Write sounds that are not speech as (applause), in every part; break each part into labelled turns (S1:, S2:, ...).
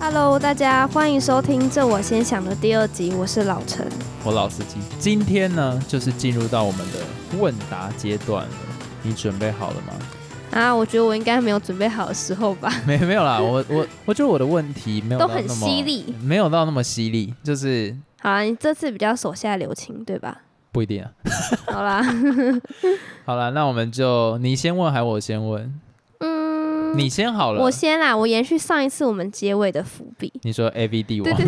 S1: Hello，大家欢迎收听《这我先想》的第二集，我是老陈。
S2: 我老司机。今天呢，就是进入到我们的问答阶段了。你准备好了
S1: (laughs)
S2: 吗？
S1: 啊，我觉得我应该没有准备好的时候吧。
S2: 没没有啦，我我我觉得我的问题没有
S1: 都
S2: 到
S1: 很
S2: 那么
S1: 犀利，
S2: 没有到那么犀利，就是
S1: 好啊，你这次比较手下留情，对吧？
S2: 不一定啊。
S1: 好啦，
S2: 好啦，那我们就你先问还我先问？
S1: 嗯，
S2: (laughs) 你先好了。
S1: 我先啦，我延续上一次我们结尾的伏笔。
S2: 你说 A V D 王。 (laughs)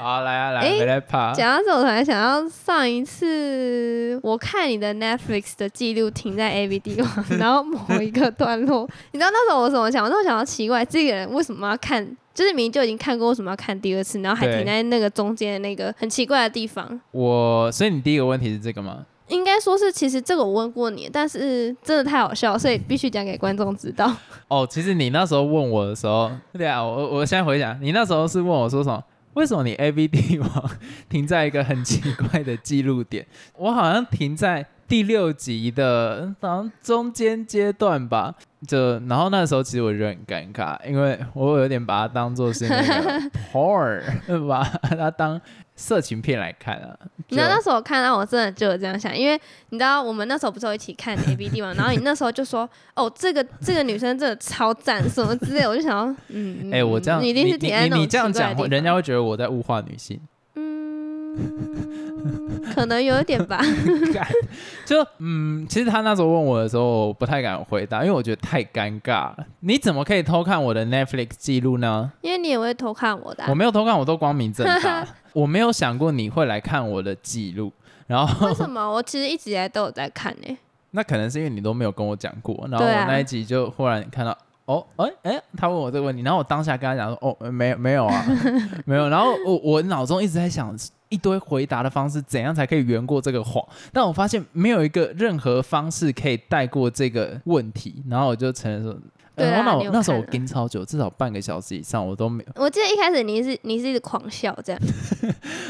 S2: 好，来啊来啊，
S1: 诶
S2: 回来怕。
S1: 讲到这，我突然想到上一次我看你的 Netflix 的记录停在 A B D 网，然后某一个段落，你知道那时候我怎么想？我那时候想到奇怪，这个人为什么要看？就是明明就已经看过，为什么要看第二次？然后还
S2: 对
S1: 停在那个中间的那个很奇怪的地方。
S2: 我，所以你第一个问题是这个吗？
S1: 应该说是，其实这个我问过你，但是真的太好笑，所以必须讲给观众知道。
S2: 哦，其实你那时候问我的时候，对啊，我我现在回想，你那时候是问我说什么？为什么你 A B D (laughs) 王停在一个很奇怪的记录点？我好像停在第六集的嗯好像中间阶段吧。就然后那时候其实我觉得很尴尬，因为我有点把它当做是
S1: (laughs)
S2: 那个 porn，把它当色情片来看啊。
S1: 你知道
S2: 就
S1: 那时候我看到我真的就有这样想，因为你知道我们那时候不是有一起看 A B
S2: (laughs)
S1: D 嘛，然后你那时候就说哦，这个这个女生真的超赞什么之类，我就想要嗯，
S2: (laughs) 哎、我这样，
S1: 你一定是
S2: 你
S1: 挺爱
S2: 你
S1: 那种
S2: 你这样
S1: 奇怪
S2: 讲
S1: 的地，方
S2: 人家会觉得我在物化女性。
S1: 嗯，可能有一点
S2: (laughs)
S1: 吧，
S2: 干就嗯，其实他那时候问我的时候，我不太敢回答，因为我觉得太尴尬了。你怎么可以偷看我的 Netflix 记录呢？
S1: 因为你也会偷看我的啊、
S2: 我没有偷看，我都光明正大。我没有想过你会来看我的记录，然后 (laughs)
S1: 为什么？我其实一直以来都有在看欸呢、
S2: 那可能是因为你都没有跟我讲过，然后我
S1: 对啊
S2: 那一集就忽然看到。哦，哎、哎、他问我这个问题，然后我当下跟他讲说，哦，呃没有没
S1: (laughs)
S2: 有啊，没有。然后我我脑中一直在想一堆回答的方式，怎样才可以圆过这个谎？但我发现没有一个任何方式可以带过这个问题，然后我就承认说，呃
S1: 对啊
S2: 然后
S1: 你
S2: 那
S1: 有
S2: 我那时候
S1: 看
S2: 我
S1: 啊
S2: 盯超久，至少半个小时以上，我都没有。
S1: 我记得一开始你是你是一直狂笑这样，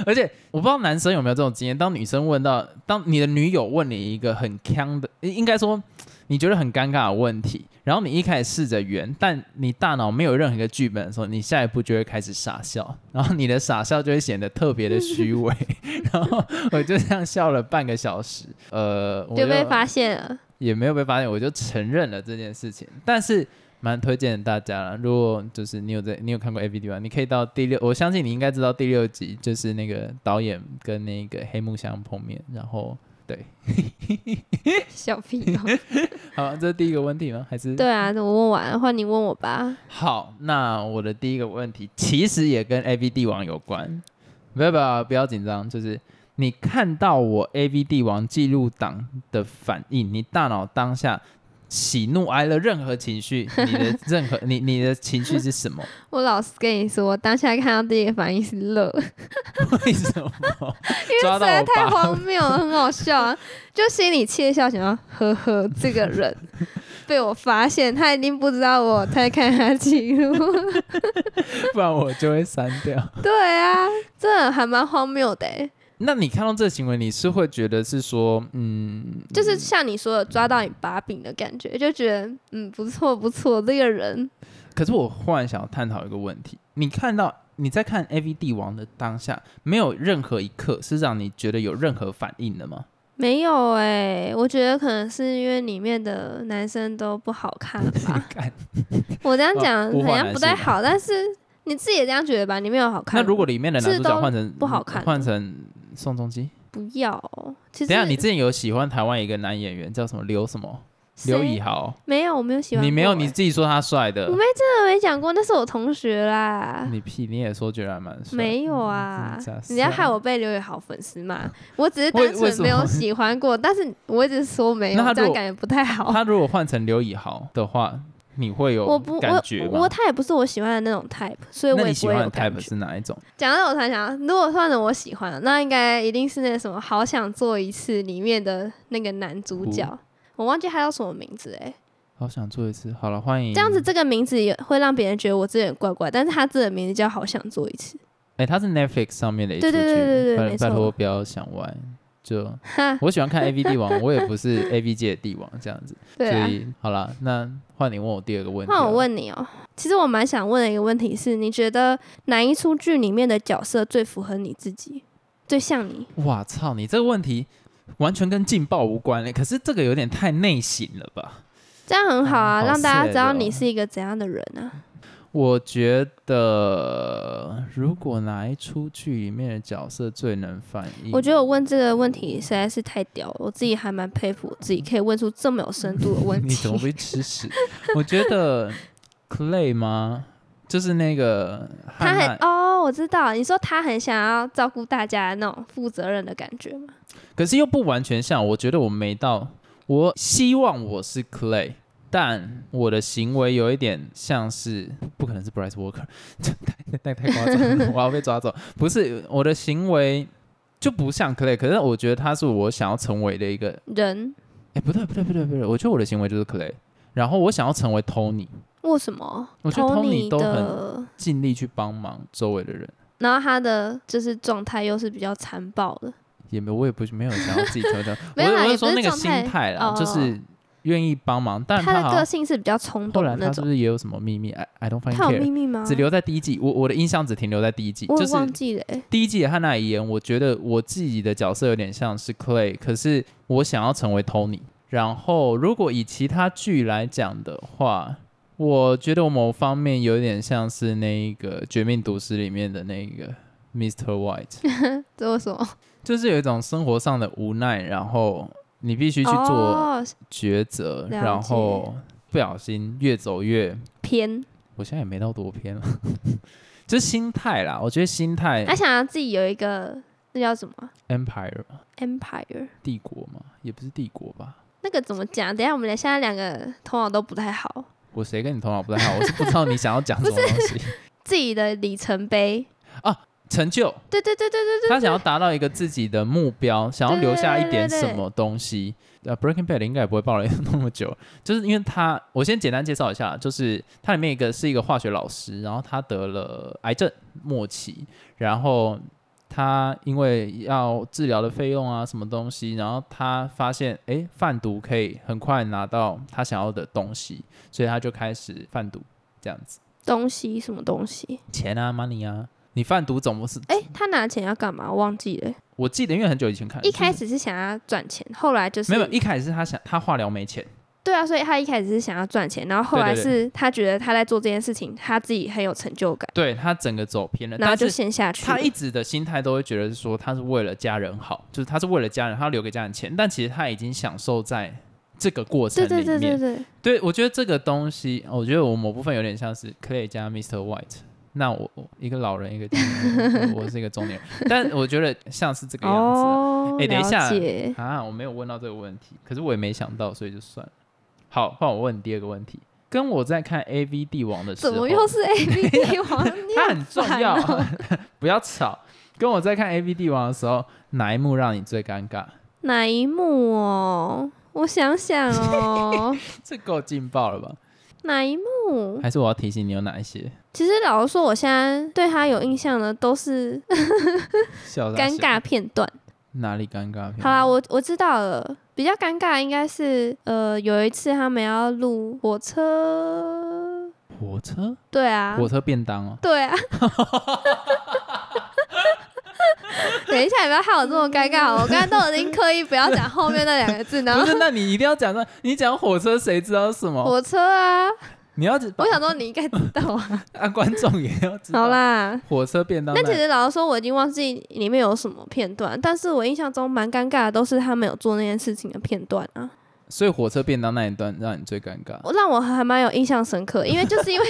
S2: 而且我不知道男生有没有这种经验，当女生问到，当你的女友问你一个很坑的，应应该说你觉得很尴尬的问题，然后你一开始试着圆，但你大脑没有任何一个剧本的时候，你下一步就会开始傻笑，然后你的傻笑就会显得特别的虚伪， (laughs) 然后我就这样笑了半个小时，呃，我
S1: 就被发现了。
S2: 也没有被发现，我就承认了这件事情。但是蛮推荐大家了，如果就是你有在你有看过 A V D 吗？你可以到第六，我相信你应该知道第六集就是那个导演跟那个黑木香碰面，然后对，
S1: 小屁哦、
S2: 好，这是第一个问题吗？还是
S1: 对啊，我问完了，换你问我吧。
S2: 好，那我的第一个问题其实也跟 A V 帝王有关，不要不要不要紧张，就是你看到我 A V 帝王记录档的反应，你大脑当下喜怒哀乐任何情绪，你的任何 (laughs) 你你的情绪是什么？ (laughs)
S1: 我老实跟你说，我当下看到第一个反应是乐。
S2: 为什么？
S1: 因为
S2: 抓
S1: 实
S2: 到
S1: 在
S2: 我
S1: 太
S2: 爸，
S1: 荒谬了，很好笑啊！就心里窃笑，想要呵呵，这个
S2: (laughs)
S1: 人被我发现，他一定不知道我在看他记录。 (laughs)
S2: 不然我就会删掉。
S1: 对啊，这还蛮荒谬的欸、
S2: 那你看到这个行为，你是会觉得是说，嗯，
S1: 就是像你说的抓到你把柄的感觉，就觉得嗯不错不错，这个人
S2: 可是我忽然想要探讨一个问题：你看到你在看 A V 帝王的当下，没有任何一刻是让你觉得有任何反应的吗？。
S1: 没有哎、我觉得可能是因为里面的男生都不好啊看吧
S2: (laughs) 看，
S1: 我这样
S2: 哦
S1: 讲
S2: 物
S1: 好
S2: 化
S1: 像
S2: 男
S1: 不太
S2: 性吗
S1: 好，但是你自己也这样觉得吧？你没有好看
S2: 那
S1: 吗，
S2: 如果里面的男主
S1: 是都
S2: 角换成
S1: 不好看的
S2: 换成宋仲基，
S1: 不要哦，其实
S2: 等一下你之前有喜欢台湾一个男演员叫什么刘什么
S1: 谁
S2: 刘以豪？
S1: 没有，我没有喜欢过欸。
S2: 你没有你自己说他帅的
S1: 我，没真的没讲过，那是我同学啦。
S2: 你屁你也说觉得还蛮帅。
S1: 没有啊
S2: 嗯真的假，的
S1: 人家害我被刘宇豪粉丝骂，我只是
S2: 为
S1: 单
S2: 为
S1: 纯
S2: 什么
S1: 没有喜欢过，但是我一直说没
S2: 那
S1: 有，
S2: 他
S1: 这样
S2: 如果
S1: 感觉不太好。
S2: 他如果换成刘以豪的话，你会有
S1: 我不，
S2: 感
S1: 我
S2: 觉
S1: 我
S2: 吗？
S1: 他也不是我喜欢的那种 type，所以我
S2: 那
S1: 也
S2: 你
S1: 不
S2: 喜
S1: 会
S2: 欢
S1: 有
S2: 的
S1: 感
S2: type
S1: 觉。
S2: 是哪一种？
S1: 讲到我才想到，如果算是我喜欢的，那应该一定是那个什么《好想做一次》里面的那个男主角，我忘记他叫什么名字哎、
S2: 好想做一次，好了，欢迎
S1: 这样子这个名字也会让别人觉得我这个人怪怪，但是他这个名字叫《好想做一次》。
S2: 哎、它是 Netflix 上面的一出
S1: 对
S2: 剧，
S1: 对对对对
S2: 拜
S1: 没错
S2: 拜托不要想歪，
S1: (laughs)
S2: 就
S1: 哈，
S2: 我喜欢看 A V 帝王，我也不是 A V 界的帝王这样子。
S1: (laughs) 对
S2: 所
S1: 啊。
S2: 以好啦，那换你问我第二个问题。
S1: 那我，问你哦，其实我蛮想问的一个问题是，你觉得哪一出剧里面的角色最符合你自己，最像你？
S2: 哇操，你这个问题完全跟劲爆无关欸嘞，可是这个有点太内省了吧？
S1: 这样很好啊，
S2: 嗯好
S1: 让大家
S2: sad
S1: 知道
S2: 哦
S1: 你是一个怎样的人啊。
S2: 我觉得如果哪一出剧里面的角色最能反映，
S1: 我觉得我问这个问题实在是太屌了，我自己还蛮佩服我自己可以问出这么有深度的问
S2: 嗯 (laughs) 你怎么
S1: 题。
S2: 会吃屎？我觉得 Clay 吗？就是那个
S1: 他
S2: 汉
S1: 很
S2: 汉，
S1: 哦，我知道，你说他很想要照顾大家那种负责任的感觉嘛？
S2: 可是又不完全像。我觉得我没到，我希望我是 Clay，但我的行为有一点像是，不可能是 Bryce Walker，这 (laughs) 太太太夸张了，我要被抓走。不是我的行为就不像 Clay，可是我觉得他是我想要成为的一个，
S1: 人
S2: 哎，不对不对不对不对，我觉得我的行为就是 Clay，然后我想要成为 Tony，
S1: 为什么
S2: 我觉得 Tony 都很
S1: 的，
S2: 尽力去帮忙周围的人。
S1: 然后他的就是状态又是比较残暴的，
S2: 也没，我也不是没有想要自己成长
S1: (laughs) 。没有
S2: 我
S1: 啦
S2: 我
S1: 也
S2: 是
S1: 不是
S2: 说那个
S1: 状
S2: 心
S1: 态
S2: 态啦，
S1: 哦
S2: 就是愿意帮忙，但
S1: 他
S2: 他
S1: 的
S2: 好
S1: 个
S2: 像
S1: 性是比较冲
S2: 后
S1: 动
S2: 来
S1: 的那
S2: 他是
S1: 种
S2: 不。是也有什么秘密？I I don't fucking
S1: 他有秘
S2: care，
S1: 密吗？
S2: 只留在第一季。我我的印象只停留在第一季，
S1: 我
S2: 就
S1: 也
S2: 是
S1: 忘记了、欸。
S2: 第一季的汉娜遗言，我觉得我自己的角色有点像是 Clay，可是我想要成为 Tony。然后，如果以其他剧来讲的话，我觉得我某方面有点像是那个《绝命毒师》里面的那个 Mr. White。
S1: (laughs) 这为什么？
S2: 就是有一种生活上的无奈，然后你必须去做
S1: 哦，
S2: 抉择，
S1: 了解
S2: 然后不小心越走越，
S1: 偏
S2: 我现在也没到多偏了， (laughs) 就是心态啦。我觉得心态
S1: 他想要自己有一个那叫什么啊
S2: empire 嘛，
S1: empire，
S2: 帝国嘛，也不是帝国吧。
S1: 那个怎么讲？等一下我们俩现在两个头脑都不太好，
S2: 我谁跟你头脑不太好？我是不知道你想要讲什么东西。 (laughs)
S1: 自己的里程碑。
S2: 成就，
S1: 对对对对对
S2: 他想要达到一个自己的目标，想要留下一
S1: 对对
S2: 点
S1: 对对
S2: 什么东西。呃，Breaking Bad 应该也不会爆雷那么久，就是因为他，我先简单介绍一下，就是它里面一个是一个化学老师，然后他得了癌症末期，然后他因为要治疗的费用啊，什么东西，然后他发现，诶，贩毒可以很快拿到他想要的东西，所以他就开始贩毒，这样子，
S1: 东西什么东西？
S2: 钱啊，money 啊，你贩毒总不是，
S1: 哎、他拿钱要干嘛？我忘记了、
S2: 我记得因为很久以前看，
S1: 一
S2: 就是
S1: 开始是想要赚钱，后来就是
S2: 没有，一开始是他想他化疗没钱，
S1: 对啊，所以他一开始是想要赚钱，然后后来
S2: 对对
S1: 是他觉得他在做这件事情，他自己很有成就感，
S2: 对他整个走偏了，
S1: 然后
S2: 呃但
S1: 就是陷下去了。
S2: 他一直的心态都会觉得说他是为了家人好，就是他是为了家人，他要留给家人钱，但其实他已经享受在这个过程
S1: 对
S2: 里
S1: 对对
S2: 面。
S1: 对对，
S2: 对我觉得这个东西，哦我觉得我某部分有点像是 Clay 加 Mr. White。那我我一个老人，一个中年人我我是一个中年
S1: (laughs)
S2: 人，但我觉得像是这个样子啊、
S1: 哦，
S2: 哎等一
S1: 了
S2: 下
S1: 解
S2: 啊，我没有问到这个问题，可是我也没想到，所以就算了。好，换我问你第二个问题。跟我在看 A V 帝王的时候，
S1: 怎么又 (laughs) 是 A B D (laughs) 王？你
S2: (laughs) 它很重
S1: 烦
S2: 要
S1: (laughs) 哦
S2: (laughs) 不要吵。跟我在看 A V 帝王的时候，哪一幕让你最尴尬？ (laughs)
S1: 哪一幕哦？我想想 (laughs) 哦，
S2: 这够劲爆了吧？
S1: 哪一幕？
S2: 还是我要提醒你有哪一些？
S1: 其实老实说，我现在对他有印象的都是
S2: 笑到
S1: 尴尬片段。
S2: 哪里尴尬？
S1: 好啊啦，我我知道了。比较尴尬应该是，呃，有一次他们要录火车，
S2: 火车，
S1: 对啊，
S2: 火车便当哦。
S1: 对
S2: (laughs)
S1: 啊。等一下，不要害我这么尴尬。我刚才都已经刻意不要讲后面那两个字，然
S2: 不
S1: 后
S2: 是，那你一定要讲到，你讲火车谁知道什么？
S1: 火车啊，
S2: 你要
S1: 我想说你应该知道啊。
S2: 啊，观众也要 (laughs) 知道。
S1: 好，啦，
S2: 火车便当。
S1: 但其实老实说，我已经忘记里面有什么片段，但是我印象中蛮尴尬的，都是他们有做那件事情的片段啊，
S2: 所以火车便当那一段让你最尴尬。
S1: 我让我还蛮有印象深刻，因为就是因
S2: (laughs)
S1: 为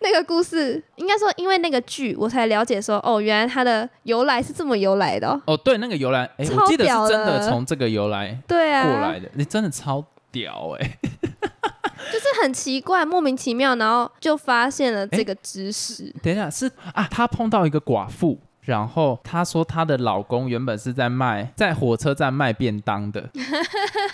S1: 那个故事，应该说因为那个剧，我才了解说，哦，原来它的由来是这么由来的、哦，
S2: 哦，对，那个由来，哎，
S1: 超
S2: 我记得
S1: 屌
S2: 是真
S1: 了
S2: 的从这个由来
S1: 对
S2: 过
S1: 啊
S2: 来，的。你真的超屌哎！
S1: 就是很奇怪，莫名其妙，然后就发现了这个知识，
S2: 等一下，是啊，她碰到一个寡妇，然后她说她的老公原本是在卖在火车站卖便当的，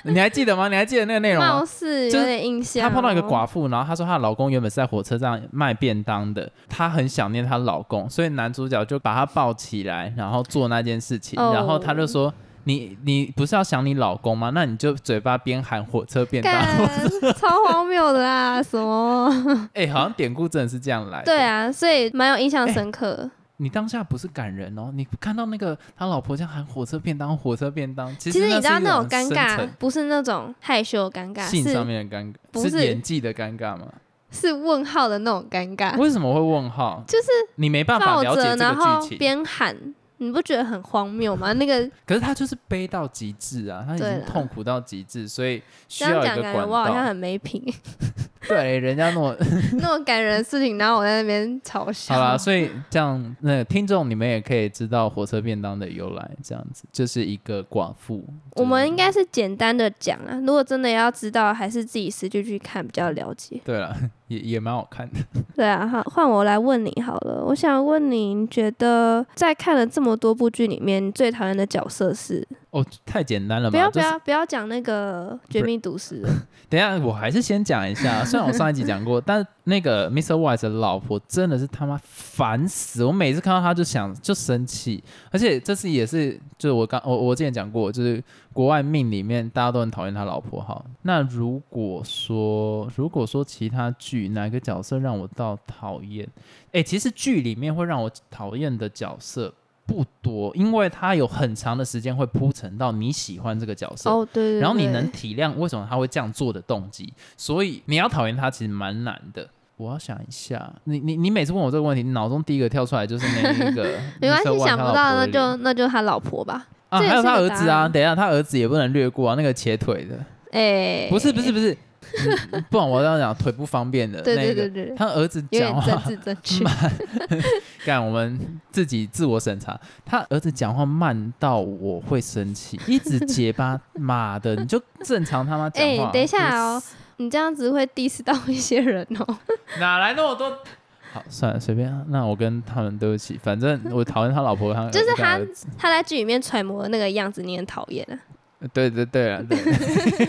S2: 你还记得吗？你还记得那个内容
S1: 貌
S2: 吗？
S1: 似
S2: 就
S1: 有
S2: 是
S1: 点印象、哦
S2: 她碰到一个，寡妇，然后她说她的老公原本是在火车站卖便当的，她很想念她老公，所以男主角就把她抱起来，然后做那件事情，
S1: 哦
S2: 然后她就说。你你不是要想你老公吗？那你就嘴巴边喊火车变大
S1: 干
S2: 火。，
S1: 超荒谬的啦，什么？
S2: (laughs) 哎、好像典故真的是这样来的。
S1: 对啊，所以蛮有印象深刻的。
S2: 你当下不是感人哦，你看到那个他老婆这样喊火车便当，火车便当，其
S1: 其实你知道
S2: 那
S1: 那种尴尬，不是那种害羞的尴尬，
S2: 尬性上
S1: 是
S2: 面的尴尬，
S1: 不是
S2: 演技的尴尬吗？
S1: 是问号的那种尴尬，
S2: 为什么会问号？
S1: 啊就是
S2: 你没办法
S1: 抱
S2: 了解
S1: 着
S2: 这
S1: 然
S2: 个
S1: 后
S2: 剧情，
S1: 边喊，你不觉得很荒谬吗？那个
S2: 可是他就是悲到极致啊，他已
S1: 对
S2: 经
S1: 啦
S2: 痛苦到极致，所以需
S1: 这样
S2: 要一
S1: 讲，
S2: 个
S1: 感觉
S2: 管
S1: 我好像
S2: 道。
S1: 很没品。 (laughs)
S2: 对，人家那么
S1: 那种感人的事情，然后我在那边嘲笑。
S2: 好啦，所以这样，那个听众你们也可以知道火车便当的由来，这样子就是一个寡妇。
S1: 我们应该是简单的讲啊，如果真的要知道，还是自己实际去看比较了解。
S2: 对了，也也蛮好看的。
S1: 对啊，好，换我来问你好了。我想问你，你觉得在看了这么多部剧里面，你最讨厌的角色是？
S2: 哦，太简单了吧？
S1: 不要
S2: 就
S1: 不
S2: 是
S1: 要不要讲那个《绝命毒
S2: (laughs)
S1: 师》了，
S2: 等一下，我还是先讲一下。虽然我上一集讲过，但那个 Mr. Wise 的老婆真的是他妈烦死！我每次看到他就想就生气，而且这次也是，就是我刚我我之前讲过，就是国外命里面大家都很讨厌他老婆。哈，那如果说如果说其他剧哪个角色让我到讨厌？哎、其实剧里面会让我讨厌的角色。不多，因为他有很长的时间会铺陈到你喜欢这个角色，
S1: 哦，对对对，
S2: 然后你能体谅为什么他会这样做的动机，所以你要讨厌他其实蛮难的。我要想一下，你你你每次问我这个问题，你脑中第一个跳出来就是那一个 Mr.
S1: (laughs) 没关系，
S2: White
S1: 想
S2: 他
S1: 不
S2: 老
S1: 到
S2: 婆的
S1: 那
S2: 脸
S1: 就那就他老婆吧。
S2: 啊，
S1: 这也
S2: 还有
S1: 是
S2: 他
S1: 个
S2: 儿
S1: 答
S2: 子啊，
S1: 案
S2: 等一下他儿子也不能略过啊，那个瘸腿的，
S1: 哎、
S2: 不是不是不是，嗯不然我要讲腿不方
S1: (laughs)
S2: 便的
S1: 对
S2: 那
S1: 对对
S2: 个，
S1: 对，
S2: 他儿子
S1: 有
S2: 讲
S1: 点政
S2: 话嗯
S1: 治正确，
S2: (laughs) 干，我们自己自我审查。他儿子讲话慢到我会生气，一直结巴， (laughs) 妈的，你就正常他妈讲
S1: 哎
S2: 话。啊
S1: 等一下哦， (laughs) 你这样子会 diss 到一些人哦。 (laughs)
S2: 哪来那么多？好，算了，随便啊。那我跟他们对不起，反正我讨厌他老
S1: (laughs)
S2: 婆，他
S1: 就是
S2: 跟
S1: 他
S2: 儿子
S1: 他在剧里面揣摩的那个样子，你很讨厌啊，
S2: 对对对啊，对，
S1: (laughs)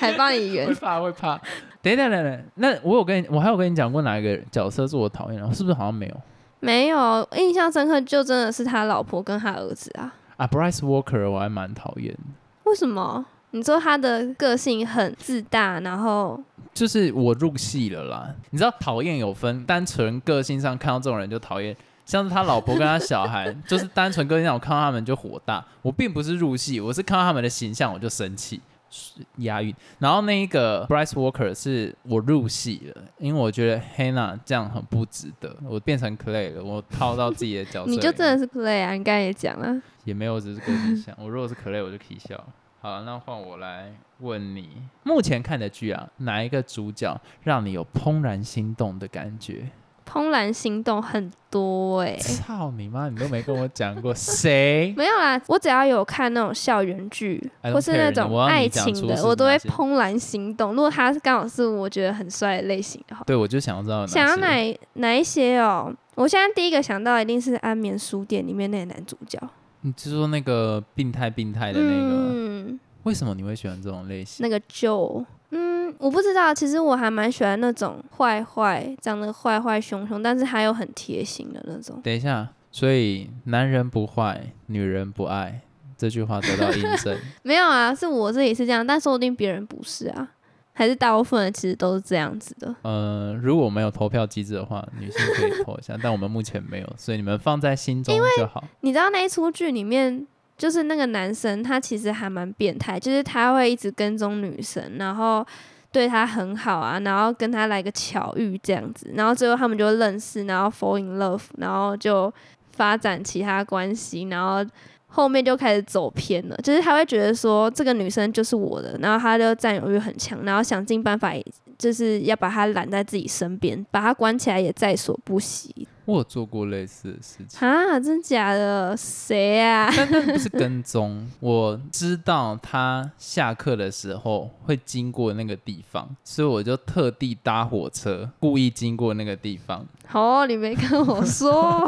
S1: 还帮你圆
S2: 会怕会怕。等一下，等一下，那我有跟你，我还有跟你讲过哪一个角色是我讨厌的，是不是好像没有
S1: 没有，印象深刻就真的是他老婆跟他儿子啊。
S2: 啊？Bryce Walker 我还蛮讨厌的，
S1: 为什么？你说他的个性很自大，然
S2: 哦
S1: 后
S2: 就是我入戏了啦。你知道讨厌有分，单纯个性上看到这种人就讨厌，像是他老婆跟他小孩，就是单纯个性上我看到他们就火大。我并不是入戏，我是看到他们的形象我就生气，是押韵。然后那一个 Bryce Walker 是我入戏了，因为我觉得 Hannah 这样很不值得，我变成 Clay 了，我套到自己的角色里面，
S1: 你就真的是 play 啊，你刚才也讲了。
S2: 也没有，我只是个人想。我如果是可累，我就可以笑。好，那换我来问你，目前看的剧啊，哪一个主角让你有怦然心动的感觉？
S1: 怦然心动很多哎、
S2: 操你妈！你都没跟我讲
S1: (laughs)
S2: 过谁？
S1: 没有啦，我只要有看那种校园剧
S2: I don't
S1: 或是那
S2: care，我
S1: 种
S2: 要
S1: 爱
S2: 你讲
S1: 情
S2: 出是
S1: 的，我都会
S2: 哪些
S1: 怦然心动。如果他刚好是我觉得很帅的类型的话，
S2: 对，我就想要知道有
S1: 想要
S2: 哦哪些
S1: 哪哪一些哦？我现在第一个想到一定是《安眠书店》里面那个男主角，
S2: 你就说那个病态病态的那个，
S1: 嗯，
S2: 为什么你会喜欢这种类型？
S1: 那个 Joe，嗯，我不知道，其实我还蛮喜欢那种坏坏，长得坏坏凶凶，但是他又很贴心的那种。
S2: 等一下，所以男人不坏，女人不爱，这句话得到印证。
S1: 没有啊，是我自己是这样，但说不定别人不是啊，还是大部分人其实都是这样子的。
S2: 呃，如果我们有投票机制的话，女性可以投一下，但我们目前没有，所以你们放在心中就好。
S1: 你知道那一出剧里面，就是那个男生他其实还蛮变态，就是他会一直跟踪女生，然后对她很好啊，然后跟她来个巧遇这样子，然后最后他们就认识，然后 fall in love，然后就发展其他关系，然后。后面就开始走偏了，就是他会觉得说这个女生就是我的，然后他就占有欲很强，然后想尽办法，就是要把她揽在自己身边，把她关起来也在所不惜。
S2: 我有做过类似的事情，
S1: 啊，真假的？谁啊？
S2: 但但不是跟踪，我知道他下课的时候会经过那个地方，所以我就特地搭火车，故意经过那个地方。
S1: 哦，你没跟我
S2: (laughs)
S1: 说。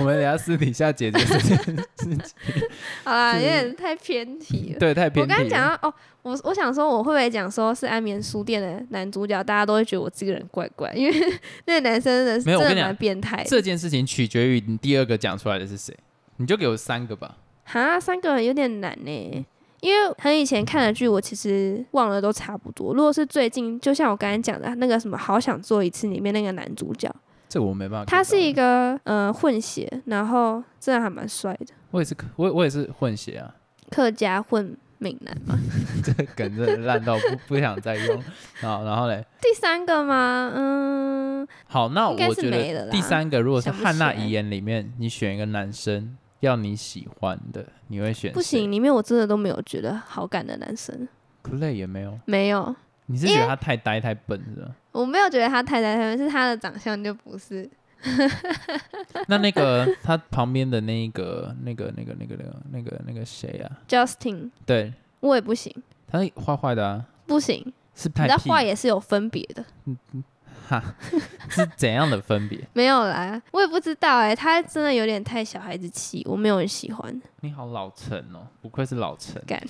S2: 我们等一下私底下解决这件事情。
S1: 好啦，有点太偏题了。
S2: 对，太
S1: 我
S2: 偏
S1: 刚刚
S2: 题了。
S1: 讲到哦，我我想说，我会不会讲说是安眠书店的男主角，大家都会觉得我这个人怪怪，因为那个男生的
S2: 没有我
S1: 真的
S2: 跟你讲
S1: 蛮变态的。
S2: 这件事情取决于你第二个讲出来的是谁，你就给我三个吧。
S1: 哈，三个人有点难呢、因为很以前看的剧，我其实忘了都差不多。如果是最近，就像我刚才讲的那个什么《好想做一次》里面那个男主角，
S2: 这我没办法看到。
S1: 他是一个呃混血，然后真的还蛮帅的，
S2: 我也是我我也是混血啊，
S1: 客家混闽南嘛。
S2: 这个梗真的烂到不不想再用。然后然后嘞，
S1: 第三个吗？嗯，
S2: 好，那
S1: 应该
S2: 我
S1: 是
S2: 觉
S1: 没了
S2: 得
S1: 啦
S2: 第三个，如果是
S1: 想不
S2: 汉娜
S1: 起来
S2: 遗言里面，你选一个男生要你喜欢的，你会选
S1: 不行，里面我真的都没有觉得好感的男生，
S2: ，Clay 也没有，
S1: 没有，
S2: 你是觉得他太呆太笨是吧？
S1: 我没有觉得他太太他们是他的长相就不是。
S2: 那那
S1: (laughs)
S2: 个他旁边的那一个那个那个那个那个那个那个谁啊？
S1: Justin，
S2: 对，
S1: 我也不行，
S2: 他坏坏的啊，
S1: 不行，
S2: 是
S1: 你
S2: 太
S1: 知道
S2: 屁
S1: 坏也是有分别的。
S2: 哈，是怎样的分别？ (laughs)
S1: 没有啦，我也不知道哎、他真的有点太小孩子气，我没有很喜欢。
S2: 你好老陈哦，不愧是老陈
S1: 干。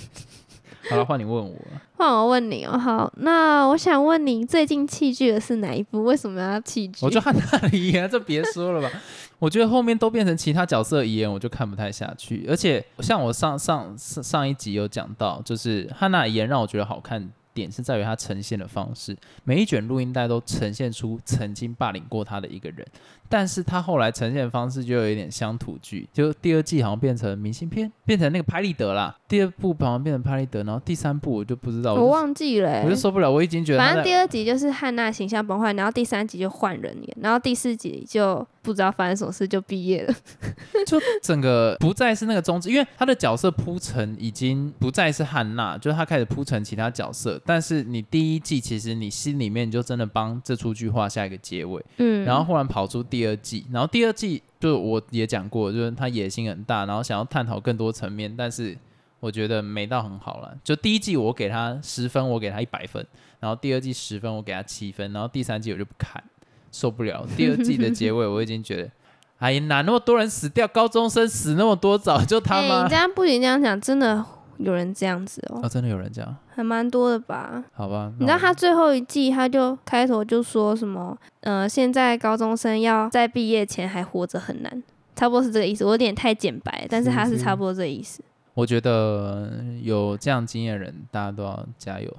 S2: 好了，换你问我了。
S1: 换我问你哦、好，那我想问你，最近弃剧的是哪一部？为什么要弃剧？
S2: 我就看他的遗言，这别说了吧。我觉得后面都变成其他角色的遗言，我就看不太下去。而且像我上上上上一集有讲到，就是汉娜遗言让我觉得好看点是在于它呈现的方式，每一卷录音带都呈现出曾经霸凌过他的一个人，但是他后来呈现的方式就有一点乡土剧，就第二季好像变成明信片，变成那个拍立得啦。第二部好像变成拍立得，然后第三部我就不知道，我
S1: 我
S2: 就
S1: 忘记了、欸
S2: 我就受不了，我已经觉得他
S1: 反正
S2: 在
S1: 第二集就是汉娜形象崩坏，然后第三集就换人演，然后第四集就不知道发生什么事就毕业了。
S2: (laughs) 就整个不再是那个宗旨，因为他的角色铺陈已经不再是汉娜，就是他开始铺陈其他角色。但是你第一季其实你心里面你就真的帮这出剧画下一个结尾，
S1: 嗯，
S2: 然后忽然跑出第二季，然后第二季就我也讲过，就是他野心很大，然后想要探讨更多层面，但是我觉得没到很好了。就第一季我给他十分，我给他一百分，然后第二季十分，我给他七分，然后第三季我就不看，受不了。第二季的结尾我已经觉得，哎呀，哪那么多人死掉，高中生死那么多，早就他
S1: 哎、
S2: 妈
S1: 你这样不行，这样讲真的有人这样子哦、
S2: 哦，真的有人这样，
S1: 还蛮多的吧？
S2: 好吧？
S1: 你知
S2: 那
S1: 道
S2: 我
S1: 他最后一季，他就开头就说什么，呃，现在高中生要在毕业前还活着很难，差不多是这个意思。我有点太简白，但是他是差不多这个意思。
S2: 我觉得有这样经验的人，大家都要加油。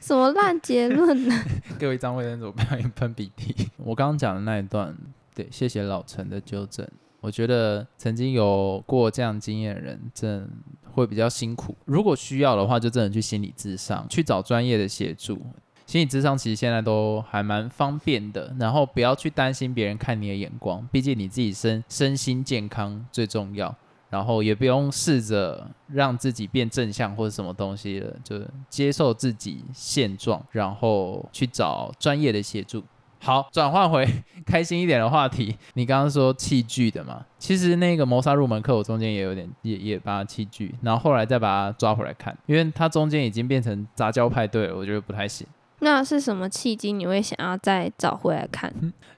S1: 什么烂结论呢、 (laughs)
S2: (laughs) 给我一张卫生纸，我不小心喷鼻涕。 (laughs) 我刚刚讲的那一段，对，谢谢老陈的纠正。我觉得曾经有过这样经验的人，真的会比较辛苦。如果需要的话，就真的去心理咨商，去找专业的协助。心理咨商其实现在都还蛮方便的，然后不要去担心别人看你的眼光，毕竟你自己身身心健康最重要。然后也不用试着让自己变正向或者什么东西了，就是接受自己现状，然后去找专业的协助。好，转换回开心一点的话题。你刚刚说弃剧的嘛，其实那个谋杀入门课，我中间也有点也也把它弃剧，然后后来再把它抓回来看，因为它中间已经变成杂交派对了，我觉得不太行。
S1: 那是什么契机你会想要再找回来看？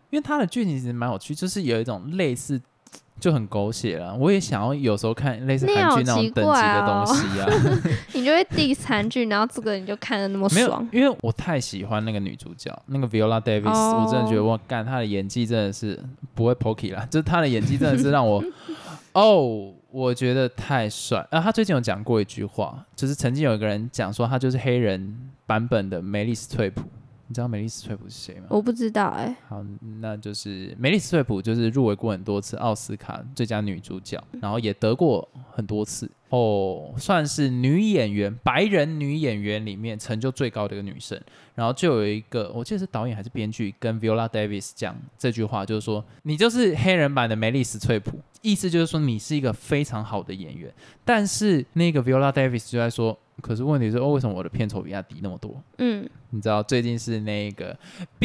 S2: 因为它的剧情其实蛮有趣，就是有一种类似就很狗血啦。我也想要有时候看类似
S1: 你
S2: 韩
S1: 好
S2: 剧那种
S1: 奇
S2: 等级的
S1: 怪哦
S2: 东西啊。
S1: 你就会第三句，然后这个你就看的那么
S2: 没
S1: 爽
S2: 有，，因为我太喜欢那个女主角，那个 Viola Davis，、
S1: 哦
S2: 我真的觉得我干她的演技真的是不会 pokey 啦， (laughs) 就是她的演技真的是
S1: (laughs)
S2: 让我，哦，我觉得太帅。啊，她最近有讲过一句话，就是曾经有一个人讲说她就是黑人版本的梅丽史翠普，你知道梅丽史翠普是谁吗？
S1: 我不知道哎、
S2: 好，那就是梅丽史翠普，就是入围过很多次奥斯卡最佳女主角，然后也得过很多次哦，算是女演员，白人女演员里面成就最高的一个女生。然后就有一个，我记得是导演还是编剧跟 Viola Davis 讲这句话，就是说你就是黑人版的梅丽史翠普，意思就是说你是一个非常好的演员。但是那个 Viola Davis 就在说，可是问题是，哦，为什么我的片酬比他低那么多？
S1: 嗯，
S2: 你知道最近是那个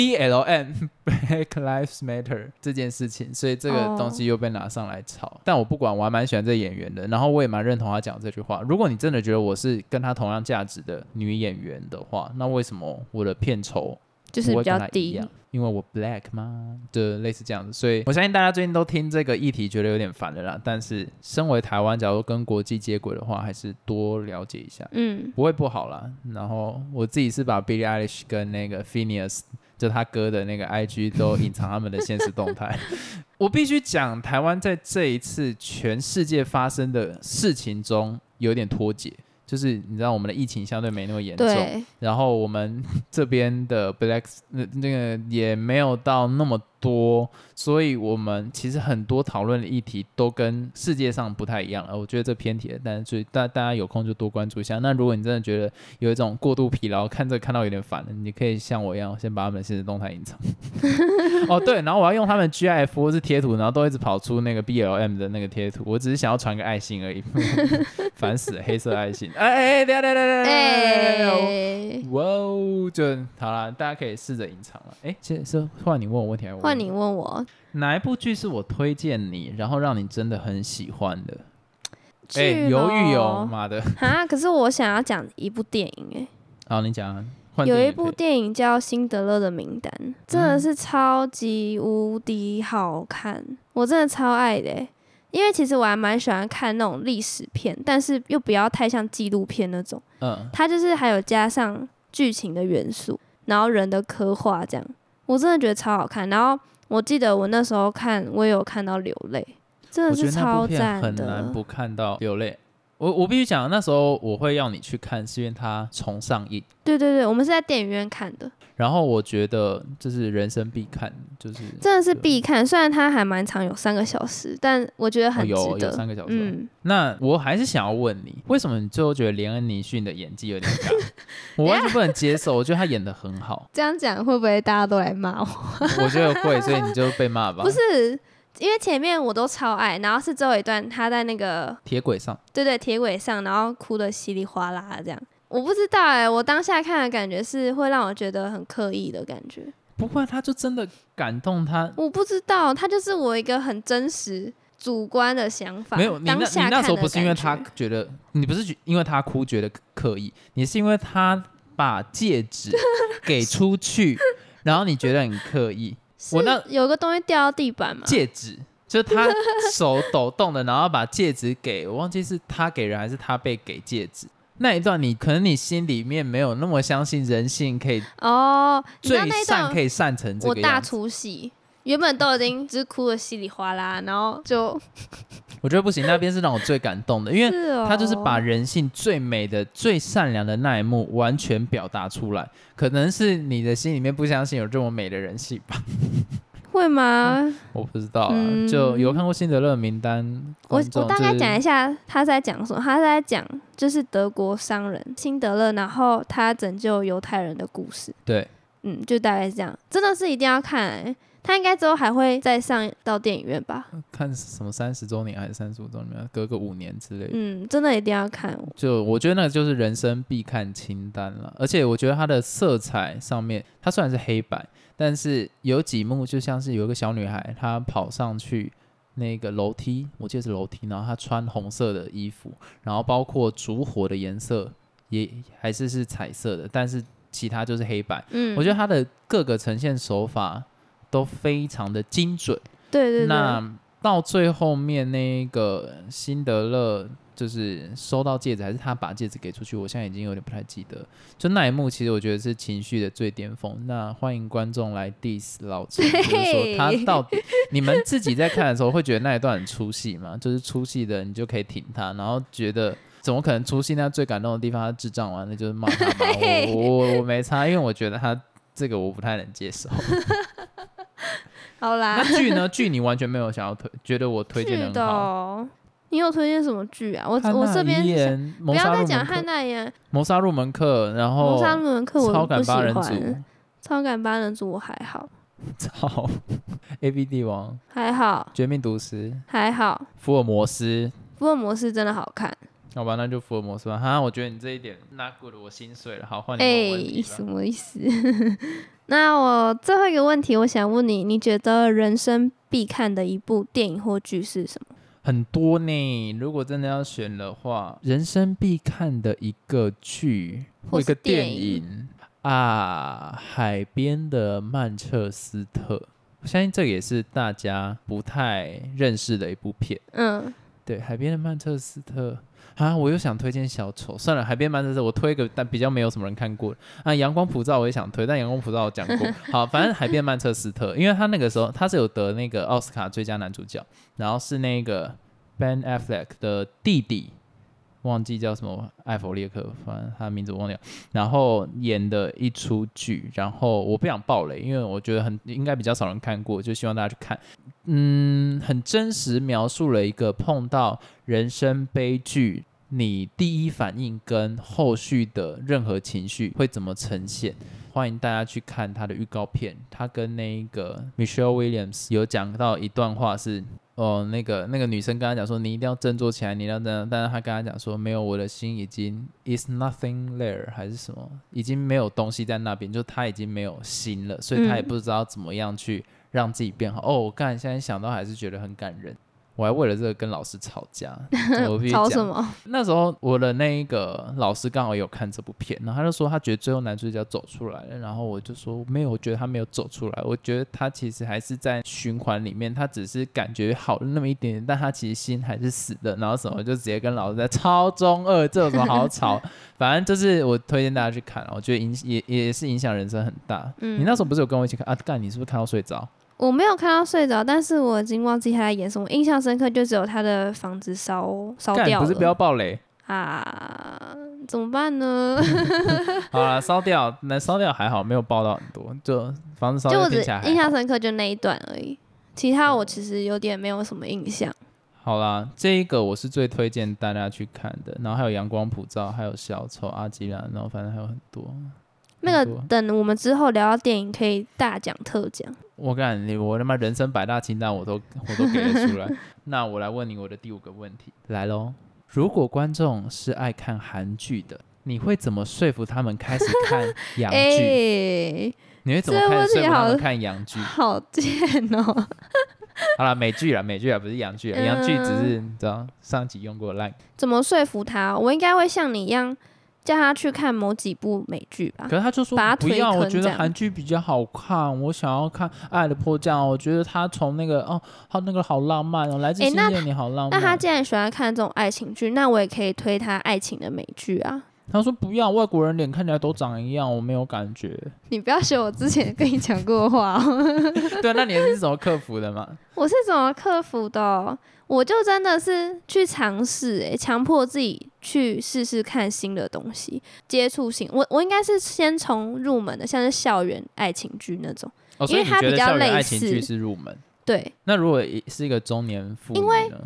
S2: BLM Black Lives Matter 这件事情，所以这个
S1: 哦
S2: 东西又被拿上来炒。但我不管，我还蛮喜欢这演员的，然后我也蛮认同他讲这句话。如果你真的觉得我是跟他同样价值的女演员的话，那为什么我的片酬
S1: 就是
S2: 不
S1: 比
S2: 会跟
S1: 较
S2: 他一
S1: 低
S2: 样，，因为我 black 嘛，就类似这样子。所以我相信大家最近都听这个议题，觉得有点烦了啦。但是身为台湾，假如跟国际接轨的话，还是多了解一下。
S1: 嗯，
S2: 不会不好啦。然后我自己是把 Billie Eilish 跟那个 Phineas 就他哥的那个 IG 都隐藏他们的现实动态。我必须讲，台湾在这一次全世界发生的事情中有点脱节，就是你知道我们的疫情相对没那么严重，
S1: 对，
S2: 然后我们这边的 Black 那那个也没有到那么多，所以我们其实很多讨论的议题都跟世界上不太一样了。我觉得这偏题了，但是所以大大家有空就多关注一下。那如果你真的觉得有一种过度疲劳，看这个看到有点烦了，你可以像我一样，先把他们的现实动态隐藏。哦，对，然后我要用他们 GIF 或是贴图，然后都一直跑出那个 BLM 的那个贴图，我只是想要传个爱心而已，烦死了，黑色爱心。哎哎哎，等一下等一下等一下等一下等一下等一下
S1: 哎，
S2: 我哇哦，就好啦，大家可以试着隐藏了。哎，其实是换你问我问题还是我
S1: 换你问我
S2: 哪一部剧是我推荐你，然后让你真的很喜欢的？哎，
S1: 剧
S2: 犹豫哦，
S1: 咯
S2: 妈的！
S1: 哈，可是我想要讲一部电影哎、
S2: 好，你讲啊。换
S1: 有
S2: 电影嗯
S1: 一
S2: 也可
S1: 部
S2: 以
S1: 电影叫《辛德勒的名单》，真的是超级无敌好看，我真的超爱的欸。因为其实我还蛮喜欢看那种历史片，但是又不要太像纪录片那种，
S2: 嗯，
S1: 它就是还有加上剧情的元素，然后人的刻画这样，我真的觉得超好看。然后我记得我那时候看，我也有看到流泪，真
S2: 我
S1: 的
S2: 觉
S1: 是
S2: 得那部
S1: 超
S2: 片
S1: 赞
S2: 很难
S1: 的。
S2: 不看到流泪。我我必须讲，那时候我会要你去看，是因为它重上映。
S1: 对对对，我们是在电影院看的，
S2: 然后我觉得就是人生必看，就是
S1: 真的是
S2: 对
S1: 必看。虽然它还蛮长，有三个小时，但我觉得
S2: 哦
S1: 很值
S2: 有有
S1: 得。
S2: 三个小时哦、
S1: 嗯，
S2: 那我还是想要问你，为什么你最后觉得连恩尼逊的演技有
S1: (laughs)
S2: 点尬？我完全不能接受，我觉得他演的很好，
S1: 这样讲会不会大家都来骂我？
S2: 我觉得会，所以你就被骂吧。
S1: 不是，嗯因为前面我都超爱，然后是最后一段他在那个
S2: 铁轨上，
S1: 对对铁轨上，然后哭的稀里哗啦这样。我不知道哎、我当下看的感觉是会让我觉得很刻意的感觉。
S2: 不过他就真的感动他。
S1: 我不知道，他就是我一个很真实、主观的想法。
S2: 没有，你那
S1: 当
S2: 你
S1: 下
S2: 那
S1: 看
S2: 时候
S1: 的
S2: 不是因为
S1: 感
S2: 他
S1: 觉
S2: 觉得，你不是觉因为他哭觉得刻意，你是因为
S1: (laughs)
S2: 他把戒指给出去，然后你觉得很刻意。我那
S1: 是有个东西掉到地板嘛？
S2: (laughs) 戒指，就是他手抖动的，然后把戒指给我忘记是他给人还是他被给戒指。那一段你可能你心里面没有那么相信人性可以
S1: 哦，你知道
S2: 最
S1: 那一段
S2: 善可以善成这
S1: 我
S2: 个
S1: 大
S2: 样子，
S1: 出戏，原本都已经只哭的稀里哗啦，然后就
S2: 我觉得不行，那边是让我最感动的，
S1: (laughs)
S2: 因为
S1: 是哦，
S2: 他就是把人性最美的、最善良的那一幕完全表达出来。可能是你的心里面不相信有这么美的人性吧，
S1: 会吗？
S2: 我不知道啊。
S1: 嗯
S2: 就有看过《辛德勒的名单》
S1: 我
S2: 观众
S1: 我大
S2: 就
S1: 概
S2: 是
S1: 讲一下他在讲什么，他在讲就是德国商人辛德勒，然后他拯救犹太人的故事。
S2: 对，
S1: 嗯，就大概是这样，真的是一定要看、欸。他应该之后还会再上到电影院吧？
S2: 看什么三十周年还是三十五周年，隔个五年之类的。
S1: 嗯，真的一定要看。
S2: 就我觉得那个就是人生必看清单了，而且我觉得它的色彩上面，它虽然是黑白，但是有几幕就像是有一个小女孩，她跑上去那个楼梯，我记得是楼梯，然后她穿红色的衣服，然后包括烛火的颜色也还是是彩色的，但是其他就是黑白。
S1: 嗯，
S2: 我觉得
S1: 得
S2: 它的各个呈现手法都非常的精准，
S1: 对对对，
S2: 那到最后面那个辛德勒就是收到戒指，还是他把戒指给出去？我现在已经有点不太记得。就那一幕，其实我觉得是情绪的最巅峰。那欢迎观众来 diss 老陈，就是说
S1: 对
S2: 他到底你们自己在看的时候会觉得那一段很出戏吗？就是出戏的你就可以挺他，然后觉得。怎么可能出戏？那最感动的地方，他智障完了就是骂他吧。我我我没差，因为我觉得他这个我不太能接受。
S1: 好啦，
S2: 那剧呢？ (laughs) 剧你完全没有想要推，觉得我推荐得
S1: 剧
S2: 很
S1: 的
S2: 好。
S1: 哦。你有推荐什么剧啊？我
S2: 汉
S1: 我
S2: 娜
S1: 这边
S2: 遗
S1: 想
S2: 言
S1: 不
S2: 谋
S1: 要
S2: 杀
S1: 再
S2: 入
S1: 讲
S2: 门
S1: 汉
S2: 课，
S1: 娜耶，
S2: 谋杀入门课，然后
S1: 谋杀入门课
S2: 超
S1: 我
S2: 感
S1: 不喜
S2: 八人组，
S1: 欢，超感八人组我还好，
S2: (laughs) 操，A B 帝王，
S1: 还好
S2: 绝命毒师，
S1: 还好，
S2: 福尔摩斯，
S1: 福尔摩斯真的好看。
S2: 好吧，那就福尔摩斯吧。哈，我觉得你这一点 not good，我心碎了。好，换你
S1: 哎、
S2: 问我问题吧
S1: 什么意思？ (laughs) 那我最后一个问题，我想问你，你觉得人生必看的一部电影或剧是什么？
S2: 很多呢，如果真的要选的话，人生必看的一个剧
S1: 或
S2: 一个
S1: 是
S2: 电
S1: 电影
S2: 影啊，《海边的曼彻斯特》，我相信这个也是大家不太认识的一部片。
S1: 嗯，
S2: 对，海边的曼彻斯特啊，我又想推荐小丑，算了，海边曼彻斯特我推一个，但比较没有什么人看过啊。阳光普照我也想推，但阳光普照我讲过。好，反正海边曼彻斯特，因为他那个时候他是有得那个奥斯卡最佳男主角，然后是那个 Ben Affleck 的弟弟，忘记叫什么艾弗列克，反正他的名字我忘掉。然后演的一出剧，然后我不想爆雷，因为我觉得很应该比较少人看过，就希望大家去看。嗯，很真实描述了一个碰到人生悲剧，你第一反应跟后续的任何情绪会怎么呈现。欢迎大家去看他的预告片，他跟那个 Michelle Williams 有讲到一段话是。哦，那个那个女生跟他讲说，你一定要振作起来，你一定要这样。但是他跟他讲说，没有，我的心已经 is nothing there，还是什么，已经没有东西在那边，就他已经没有心了，所以他也
S1: 嗯
S2: 不知道怎么样去让自己变好。哦，我刚才现在想到还是觉得很感人，我还为了这个跟老师吵
S1: (laughs)
S2: 架，我必须
S1: 吵
S2: 讲。
S1: 什么？
S2: 那时候我的那一个老师刚好有看这部片，然后他就说他觉得最后男主角走出来了，然后我就说没有，我觉得他没有走出来，我觉得他其实还是在循环里面，他只是感觉好了那么一点点，但他其实心还是死的，然后什么就直接跟老师在超中二，这有什么好吵？
S1: (laughs)
S2: 反正就是我推荐大家去看，我觉得影也也是影响人生很大。
S1: 嗯
S2: 你那时候不是有跟我一起看啊？干，你是不是看到睡着？
S1: 我没有看到睡着，但是我已经忘记他在演什么，印象深刻就只有他的房子烧烧
S2: 干，
S1: 掉
S2: 不
S1: 了
S2: 是不要暴雷。
S1: 啊，怎么办呢？ (laughs)
S2: 好了，啊烧掉，那烧掉还好，没有爆到很多，就房子烧
S1: 就
S2: 掉
S1: 我只
S2: 听起来还
S1: 印
S2: 好嗯
S1: 象深刻就那一段而已，其他我其实有点没有什么印象。
S2: 好啦，这一个我是最推荐大家去看的，然后还有阳光普照，还有小丑、阿基拉，然后反正还有很多。
S1: 那
S2: 很
S1: 个
S2: 多
S1: 等我们之后聊到电影可以大讲特讲。
S2: 我感你，我他妈人生百大清单
S1: (laughs)
S2: 我都我都给得出来。那我来问你我的第五个问题，来喽。如果观众是爱看韩剧的，你会怎么说服他们开始看洋剧？
S1: (laughs) 哎、
S2: 你会怎么
S1: 这
S2: 开
S1: 问
S2: 始说
S1: 题
S2: 服他
S1: 好
S2: 们看洋剧？
S1: 好贱哦、 (laughs)
S2: 好啦，美剧啦，美剧啦，不是洋
S1: 嗯
S2: 剧啦，洋剧只是你知道上集用过 line，
S1: 怎么说服他？我应该会像你一样叫他去看某几部美剧吧
S2: 可。是他就说
S1: 啊把他
S2: 不
S1: 推
S2: 要，我
S1: 坑
S2: 觉
S1: 这
S2: 得
S1: 样
S2: 韩剧比较好看，我想要看《爱的迫降》，我觉得他从那个哦，他那个好浪漫哦，来自
S1: 诶
S2: 星
S1: 那
S2: 夜你好浪
S1: 那
S2: 漫。
S1: 他既然喜欢看这种爱情剧，那我也可以推他爱情的美剧啊。
S2: 他说不要，外国人脸看起来都长一样，我没有感觉。
S1: 你不要学我之前跟你讲过的话、哦。
S2: (laughs) 对，那你是怎么克服的嘛？
S1: 我是怎么克服的哦、我就真的是去尝试，诶，强迫自己去试试看新的东西，接触新。我我应该是先从入门的，像是校园爱情剧那种。
S2: 哦，所以
S1: 因为
S2: 你
S1: 他
S2: 觉
S1: 比
S2: 得
S1: 较
S2: 校园
S1: 类
S2: 爱情剧
S1: 似
S2: 是入门？
S1: 对，
S2: 那如果一是一个中年妇女
S1: 因为
S2: 呢？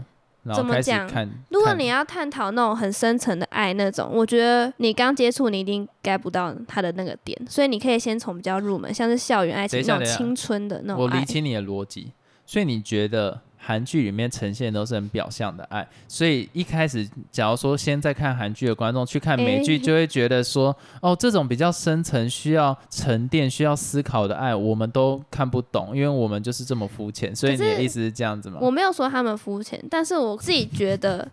S2: 然后
S1: 怎么
S2: 开始
S1: 讲
S2: 看，
S1: 如果
S2: 看
S1: 你要探讨那种很深层的爱那种，我觉得你刚接触，你一定 get 不到他的那个点，所以你可以先从比较入门，像是校园爱情
S2: 等一下
S1: 那种
S2: 等一下
S1: 青春的那种
S2: 我
S1: 爱
S2: 理。清你的逻辑，所以你觉得韩剧里面呈现的都是很表象的爱，所以一开始假如说先在看韩剧的观众去看美剧，
S1: 诶
S2: 就会觉得说，哦，这种比较深层、需要沉淀、需要思考的爱，我们都看不懂，因为我们就是这么肤浅。所以你
S1: 可
S2: 的
S1: 是
S2: 意思是这样子吗？
S1: 我没有说他们肤浅，但是我自己觉得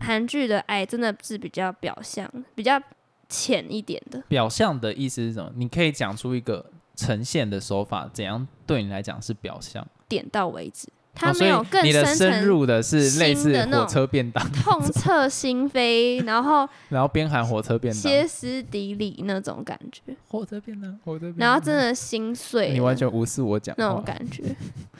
S1: 韩剧的爱真的是比较表象、比较浅一点的。
S2: 表象的意思是什么？你可以讲出一个呈现的手法，怎样对你来讲是表象？
S1: 点到为止，
S2: 哦
S1: 他
S2: 所
S1: 没有
S2: 以
S1: 更
S2: 你的
S1: 深
S2: 深
S1: 层
S2: 入的是类
S1: 新
S2: 似
S1: 的那
S2: 火
S1: 种
S2: 车便当， (laughs)
S1: 痛彻心扉，然后
S2: 然后边喊火车便当，
S1: 歇斯底里那种感觉，
S2: 火车便当，火车便当，
S1: 然后真的心碎
S2: 嗯你
S1: 了
S2: 完全哦无视我讲
S1: 那
S2: 话
S1: 种。感觉，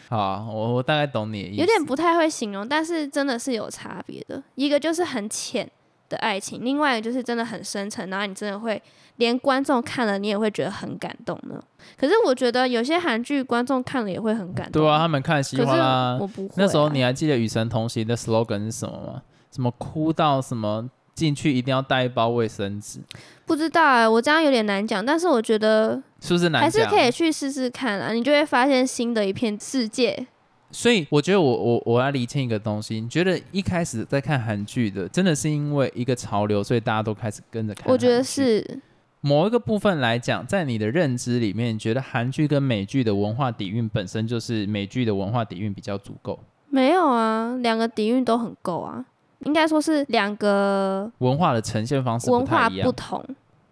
S2: 好啊、我我大概懂你的意思。
S1: 有点不太会形容，但是真的是有差别的。一个就是很浅的爱情，另外一个就是真的很深沉，然后你真的会连观众看了你也会觉得很感动呢。可是我觉得有些韩剧观众看了也会很感动，
S2: 对啊，他们看稀
S1: 可
S2: 哗
S1: 是
S2: 啦。
S1: 我不会啊、
S2: 那时候你还记得《与神同行》的 slogan 是什么吗？什么哭到什么进去一定要带一包卫生纸，
S1: 不知道哎、我这样有点难讲，但是我觉得
S2: 是不是难
S1: 还是
S2: 讲？
S1: 可以去试试看啊，你就会发现新的一片世界。
S2: 所以我觉得我我我要厘清一个东西，你觉得一开始在看韩剧的，真的是因为一个潮流，所以大家都开始跟着看？
S1: 我觉得。是，
S2: 某一个部分来讲，在你的认知里面，你觉得韩剧跟美剧的文化底蕴本身就是美剧的文化底蕴比较足够，
S1: 没有啊，两个底蕴都很够啊，应该说是两个
S2: 文化的呈现方式
S1: 文
S2: 太
S1: 化
S2: 一样
S1: 不。同。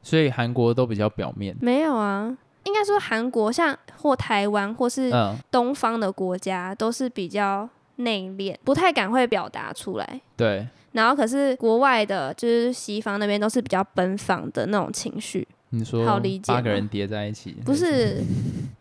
S2: 所以韩国都比较表面。
S1: 没有啊，应该说韩国像或台湾或是
S2: 嗯，
S1: 东方的国家都是比较内敛，不太敢会表达出来。
S2: 对，
S1: 然后可是国外的，就是西方那边都是比较奔放的那种情绪，
S2: 你说
S1: 好理解
S2: 八个
S1: 吗
S2: 人叠在一起，
S1: 不
S2: 嗯
S1: 是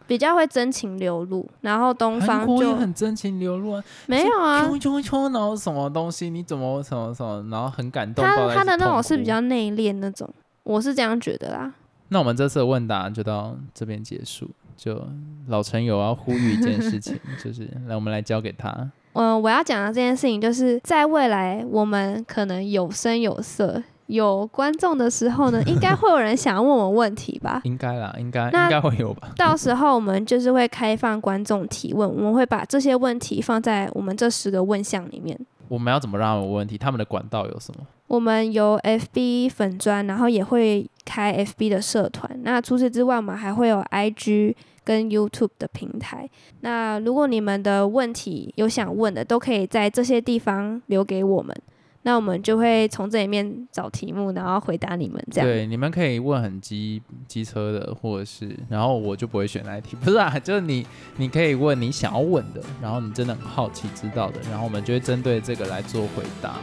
S1: 比较会真情流露。然后东
S2: 韩
S1: 方
S2: 国也
S1: 就
S2: 很真情流露啊，
S1: 没有啊，
S2: 冲冲冲，然后什么东西，你怎么什么什么，然后很感动。抱
S1: 他
S2: 在一
S1: 啊他
S2: 起
S1: 的那
S2: 痛
S1: 种是比
S2: 哭
S1: 较内敛那种，我是这样觉得啦。
S2: 那我们这次的问答就到这边结束。就老陈有要呼吁一件
S1: (laughs)
S2: 事情，就是来我们来交给他。？
S1: 嗯，我要讲的这件事情就是在未来我们可能有声有色、有观众的时候呢，应该会有人想要问我问题吧
S2: (laughs) 应该啦，应该
S1: 那
S2: 应该会有吧？ (laughs)
S1: 到时候我们就是会开放观众提问，我们会把这些问题放在我们这十个问项里面。
S2: 我们要怎么让他们有问题？他们的管道有什么？
S1: 我们有 FB 粉砖，然后也会开 FB 的社团。那除此之外，我们还会有 IG 跟 YouTube 的平台。那如果你们的问题有想问的，都可以在这些地方留给我们，那我们就会从这里面找题目，然后回答你们这样。
S2: 对，你们可以问很机机车的，或者是，然后我就不会选那一题。 (laughs) 不是啊，就是你，你可以问你想要问的，然后你真的很好奇知道的，然后我们就会针对这个来做回答。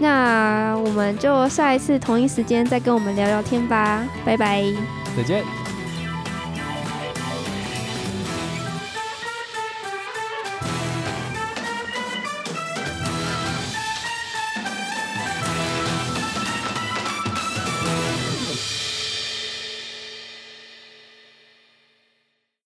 S1: 那我们就下一次同一时间再跟我们聊聊天吧，拜拜。
S2: 再见。